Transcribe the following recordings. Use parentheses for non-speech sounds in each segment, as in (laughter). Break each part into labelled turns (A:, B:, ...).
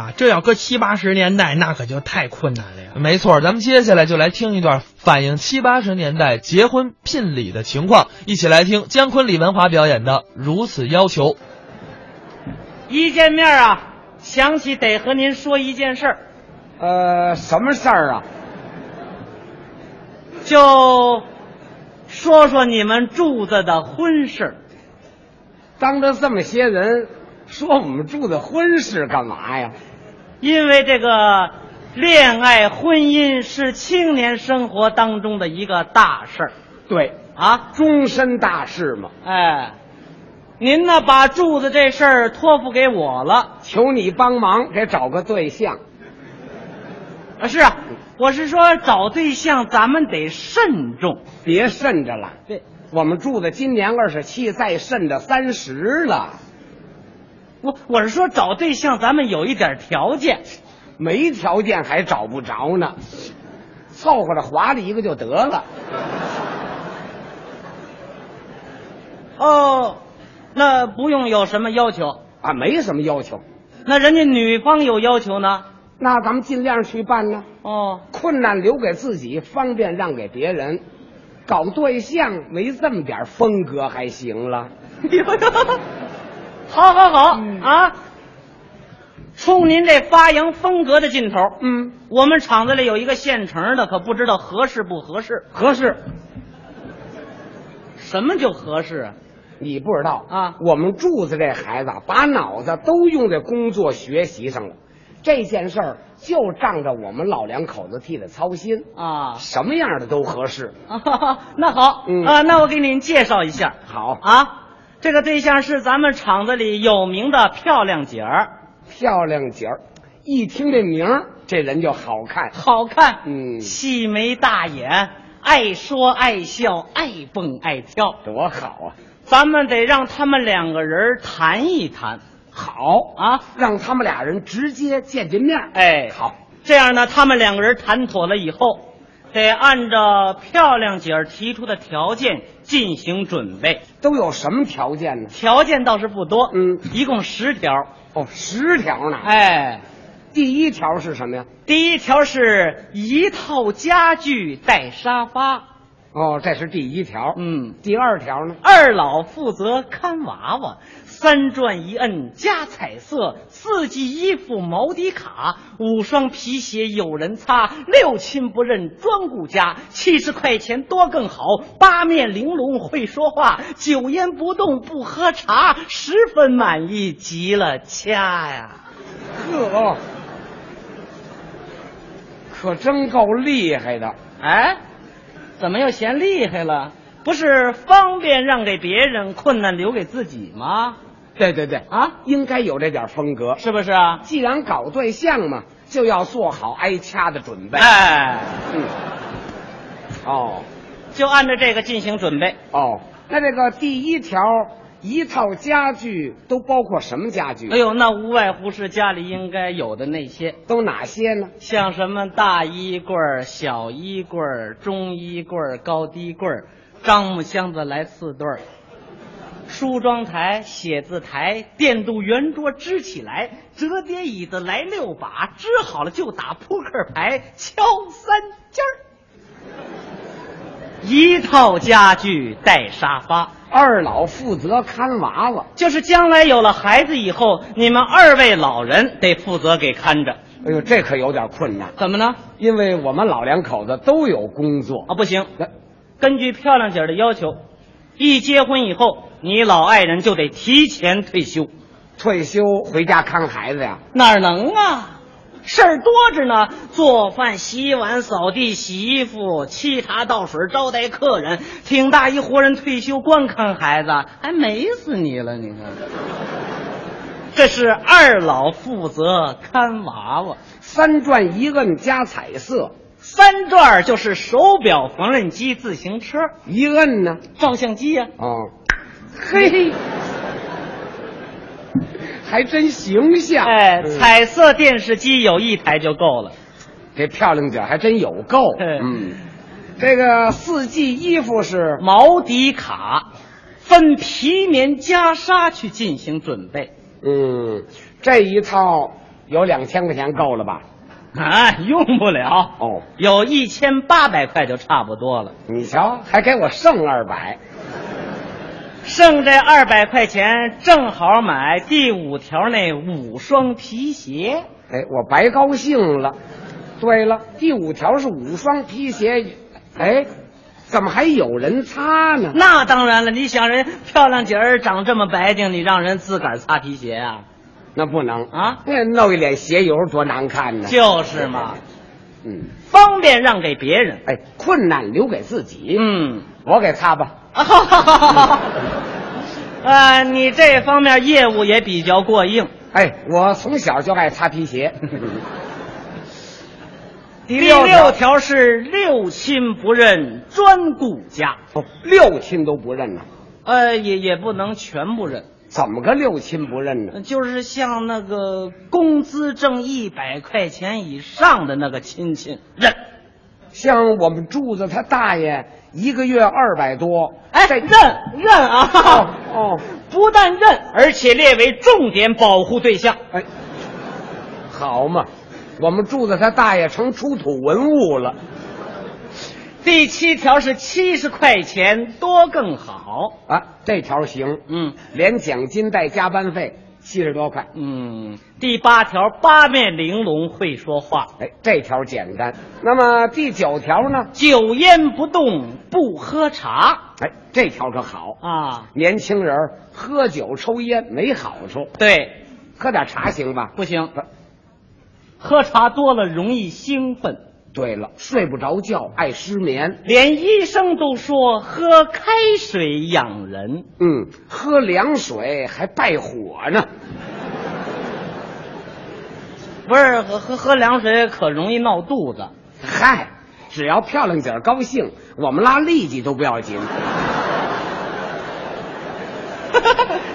A: 啊，这要搁七八十年代，那可就太困难了呀。
B: 没错，咱们接下来就来听一段反映七八十年代结婚聘礼的情况，一起来听姜昆、李文华表演的《如此要求》。
C: 一见面啊，想起得和您说一件事儿，
D: 呃，什么事儿啊？
C: 就说说你们柱子的婚事。
D: 当着这么些人说我们住的婚事干嘛呀？
C: 因为这个恋爱婚姻是青年生活当中的一个大事儿
D: 对，
C: 啊，
D: 终身大事嘛，
C: 哎，您呢把柱子这事儿托付给我了，
D: 求你帮忙给找个对象。
C: 啊是啊，我是说找对象咱们得慎重，
D: 别慎着了，
C: 对，
D: 我们住的今年二十七，再慎着三十了，
C: 我我是说找对象咱们有一点条件，
D: 没条件还找不着呢，凑合着划了一个就得了。
C: 哦，那不用有什么要求，
D: 啊，没什么要求，
C: 那人家女方有要求呢。
D: 那咱们尽量去办呢。
C: 哦， (laughs)
D: 困难留给自己，方便让给别人。搞对象没这么点风格还行了。
C: 好好好、啊！冲您这发扬风格的劲头，
D: 嗯，
C: 我们厂子里有一个现成的，可不知道合适不合适。
D: 合适。
C: 什么叫合适啊？
D: 你不知道
C: 啊
D: 我们柱子这孩子啊把脑子都用在工作学习上了，这件事儿就仗着我们老两口子替他操心，
C: 啊，
D: 什么样的都合适。
C: (laughs) 那好，
D: 嗯
C: 啊，那我给您介绍一下
D: 好，
C: 啊，这个对象是咱们厂子里有名的漂亮姐儿，
D: 漂亮姐儿，一听这名儿，这人就好看。
C: 好看，
D: 嗯
C: 细眉大眼，爱说爱笑，爱蹦爱跳。
D: 多好啊！
C: 咱们得让他们两个人谈一谈
D: 好，
C: 啊，
D: 让他们俩人直接见见面儿。
C: 哎，
D: 好，
C: 这样呢，他们两个人谈妥了以后，得按照漂亮姐儿提出的条件进行准备。
D: 都有什么条件呢？
C: 条件倒是不多，
D: 嗯
C: 一共十条。
D: 哦，十条呢。
C: 哎，
D: 第一条是什么呀？
C: 第一条是一套家具带沙发，
D: 哦，这是第一条。
C: 嗯，
D: 第二条呢？
C: 二老负责看娃娃，三转一摁加彩色，四季衣服毛底卡，五双皮鞋有人擦，六亲不认装顾家，七十块钱多更好，八面玲珑会说话，九烟不动不喝茶，十分满意极了掐呀！
D: 呵、哦，可真够厉害的。
C: 哎，怎么又嫌厉害了？不是方便让给别人，困难留给自己吗？
D: 对对对，
C: 啊，
D: 应该有这点风格。
C: 是不是啊？
D: 既然搞对象嘛，就要做好挨掐的准备。
C: 哎，
D: 嗯。哦
C: 就按照这个进行准备。
D: 哦，那这个第一条，一套家具都包括什么家具？
C: 哎呦，那无外乎是家里应该有的那些，
D: 都哪些呢？
C: 像什么大衣柜儿、小衣柜儿、中衣柜儿、高低柜儿，樟木箱子来四对儿，梳妆台、写字台、电镀圆桌支起来，折叠椅子来六把，支好了就打扑克牌，敲三尖儿。一套家具带沙发，
D: 二老负责看娃娃。
C: 就是将来有了孩子以后，你们二位老人得负责给看着，
D: 哎呦，这可有点困难，
C: 怎么呢？
D: 因为我们老两口子都有工作。
C: 啊，不行，
D: 那
C: 根据漂亮姐儿的要求，一结婚以后，你老爱人就得提前退休。
D: 退休回家看孩子呀？
C: 哪儿能啊？事儿多着呢，做饭、洗碗、扫地、洗衣服、沏茶倒水、招待客人，挺大一活人退休，光看孩子，还美死你了！你看，这是二老负责看娃娃，
D: 三转一摁加彩色，
C: 三转儿就是手表、缝纫机、自行车、
D: 一摁呢？
C: 照相机呀、
D: 哦，嘿， (laughs) 还真形象。
C: 哎，
D: 嗯
C: 彩色电视机有一台就够了。
D: 这漂亮姐还真有够。嗯，这个四季衣服是
C: 毛底卡，分皮棉袈裟去进行准备。
D: 嗯，这一套有两千块钱够了吧？
C: 啊，用不了
D: 哦，
C: 有一千八百块就差不多了，
D: 你瞧，还给我剩二百，
C: 剩这二百块钱正好买第五条那五双皮鞋。
D: 哎，我白高兴了。对了，第五条是五双皮鞋，哎，怎么还有人擦呢？
C: 那当然了，你想人漂亮姐儿长这么白净，你让人自个儿擦皮鞋啊？
D: 那不能
C: 啊
D: 那弄一脸鞋油多难看呢。
C: 就是嘛，
D: 嗯，
C: 方便让给别人。
D: 哎，困难留给自己，
C: 嗯，
D: 我给擦吧。
C: 啊，好好好好好。 (laughs) 呃，你这方面业务也比较过硬。
D: 哎，我从小就爱擦
C: (laughs)
D: 皮鞋。
C: 第
D: 六条
C: 六条是六亲不认，专顾家。
D: 哦六亲都不认呢，
C: 呃，也也不能全不认，嗯
D: 怎么个六亲不认呢？
C: 就是像那个工资挣一百块钱以上的那个亲戚认。
D: 像我们柱子他大爷一个月二百多，
C: 哎，
D: 这
C: 认认啊！
D: 哦哦，
C: 不但认，而且列为重点保护对象。
D: 哎，好嘛，我们柱子他大爷成出土文物了。
C: 第七条是七十块钱多更好。
D: 啊，这条行，
C: 嗯
D: 连奖金带加班费七十多块。
C: 嗯，第八条八面玲珑会说话，
D: 哎，这条简单。那么第九条呢？
C: 酒烟不动不喝茶
D: 哎，这条可好，
C: 啊。
D: 年轻人儿喝酒抽烟没好处，
C: 对，
D: 喝点茶行吧？
C: 不行，喝茶多了容易兴奋，
D: 对了，睡不着觉，爱失眠。
C: 连医生都说喝开水养人。
D: 嗯，喝凉水还败火呢。
C: 不是喝喝喝凉水可容易闹肚子。 (laughs)
D: 嗨，只要漂亮姐儿高兴，我们拉痢疾都不要紧。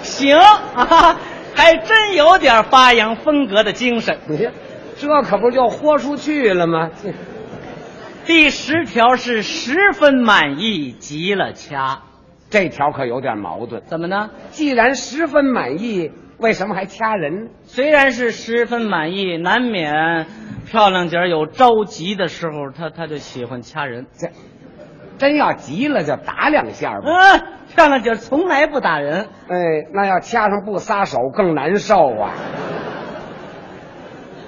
C: 行 (laughs) 啊，还真有点发扬风格的精神。
D: 你这这可不就豁出去了吗？这
C: 第十条是十分满意，急了掐，
D: 这条可有点矛盾。
C: 怎么呢？
D: 既然十分满意，为什么还掐人？
C: 虽然是十分满意，难免漂亮姐儿有着急的时候，她她就喜欢掐人。
D: 这真要急了就打两下吧。
C: 嗯、漂亮姐儿从来不打人。
D: 哎，那要掐上不撒手更难受啊！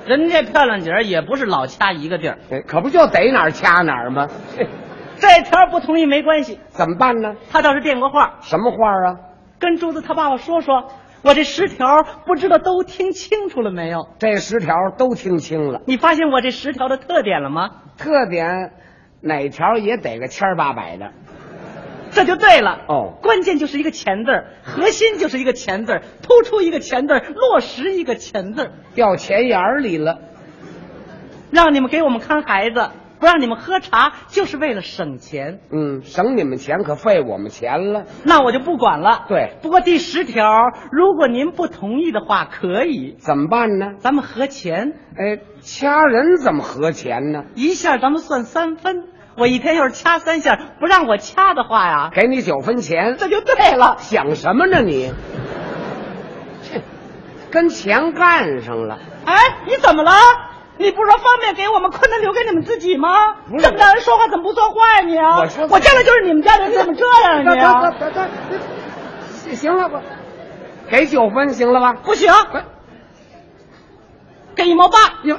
C: 人家漂亮姐儿也不是老掐一个地儿，
D: 哎，可不就逮哪儿掐哪儿吗？嘿
C: 这条不同意没关系，
D: 怎么办呢？
C: 她倒是电过话，
D: 什么话啊？
C: 跟珠子她爸爸说说，我这十条不知道都听清楚了没有？
D: 这十条都听清了，
C: 你发现我这十条的特点了吗？
D: 特点哪条也得个千儿八百的。
C: 这就对了
D: 哦
C: 关键就是一个“钱”字儿，核心就是一个“钱”字儿，突出一个“钱”字儿，落实一个“钱”字儿，
D: 掉钱眼儿里了。
C: 让你们给我们看孩子，不让你们喝茶，就是为了省钱。
D: 嗯，省你们钱可费我们钱了。
C: 那我就不管了。
D: 对
C: 不过第十条，如果您不同意的话，可以，
D: 怎么办呢？
C: 咱们合钱，
D: 哎，掐人怎么合钱呢？
C: 一下咱们算三分。我一天要是掐三下，不让我掐的话呀，
D: 给你九分钱，
C: 这就对了。
D: 想什么呢你？切跟钱干上了，
C: 哎，你怎么了？你不是说方便给我们，困难留给你们自己吗？
D: 不是
C: 这么大人说话怎么不算话呀、你啊！
D: 我说
C: 将来就是你们家人，怎么这样啊你
D: 得
C: 啊？
D: 得得得得行行了吧，给九分行了吧？
C: 不行，
D: 不是
C: 给一毛八，
D: 哟，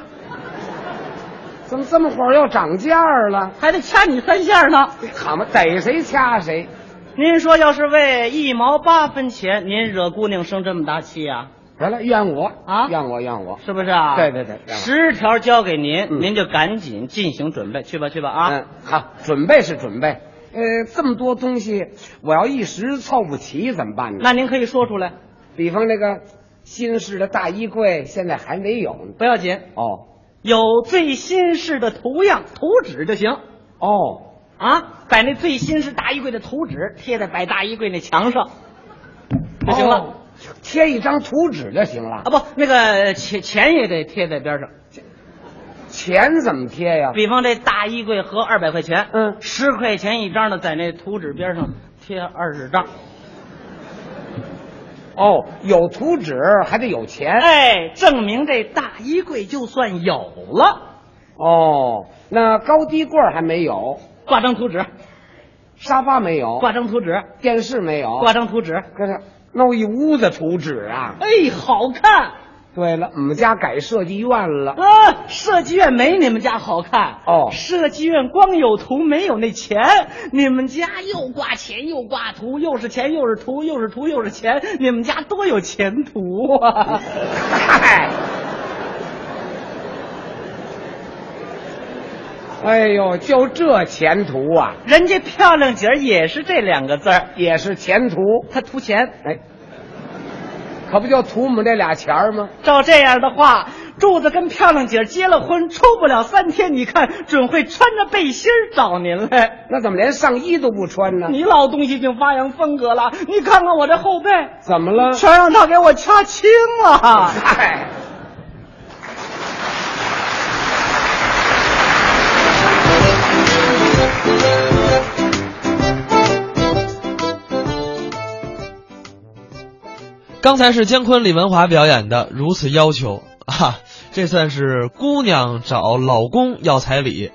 D: 怎么这么会儿又涨价了？
C: 还得掐你三下呢。
D: 好嘛，逮谁掐谁。
C: 您说，要是为一毛八分钱，您惹姑娘生这么大气啊？
D: 得了，怨我
C: 啊
D: 怨我怨我。
C: 是不是啊？
D: 对对对
C: 十条交给您，
D: 嗯
C: 您就赶紧进行准备，去吧去吧啊！
D: 嗯，好，准备是准备。呃，这么多东西，我要一时凑不齐怎么办呢？
C: 那您可以说出来，
D: 比方那个新式的大衣柜，现在还没有呢。
C: 不要紧，
D: 哦
C: 有最新式的图样图纸就行。
D: 哦，
C: 啊，把那最新式大衣柜的图纸贴在摆大衣柜那墙上就行了、
D: 哦，贴一张图纸就行
C: 啊。。
D: 了
C: 不，那个钱钱也得贴在边上。
D: 钱怎么贴呀？
C: 比方这大衣柜合二百块钱，
D: 啊嗯
C: 十块钱一张的，在那图纸边上贴二十张。
D: 哦，有图纸还得有钱。
C: 哎，证明这大衣柜就算有了。
D: 哦，那高低柜儿还没有，
C: 挂张图纸，
D: 沙发没有，
C: 挂张图纸，
D: 电视没有，
C: 挂张图纸。
D: 可是弄一屋子图纸啊。
C: 哎，好看
D: 对了，我们家改设计院了。
C: 啊！设计院没你们家好看
D: 哦
C: 设计院光有图没有那钱，你们家又挂钱又挂图，又是钱又是图，又是图又是钱，你们家多有前途
D: (laughs)
C: 啊！
D: 嗨，哎呦，就这前途啊，
C: 人家漂亮姐儿也是这两个字儿，
D: 也是前途。
C: 她图钱。
D: 哎，可不就图我们这俩钱儿吗？
C: 照这样的话，柱子跟漂亮姐儿结了婚，出不了三天，你看准会穿着背心儿找您来。
D: 那怎么连上衣都不穿呢？
C: 你老东西已经发扬风格了，你看看我这后背，
D: 怎么了？
C: 全让他给我掐青了。
D: 嗨，
B: 刚才是姜昆、李文华表演的《如此要求》啊，这算是姑娘找老公要彩礼。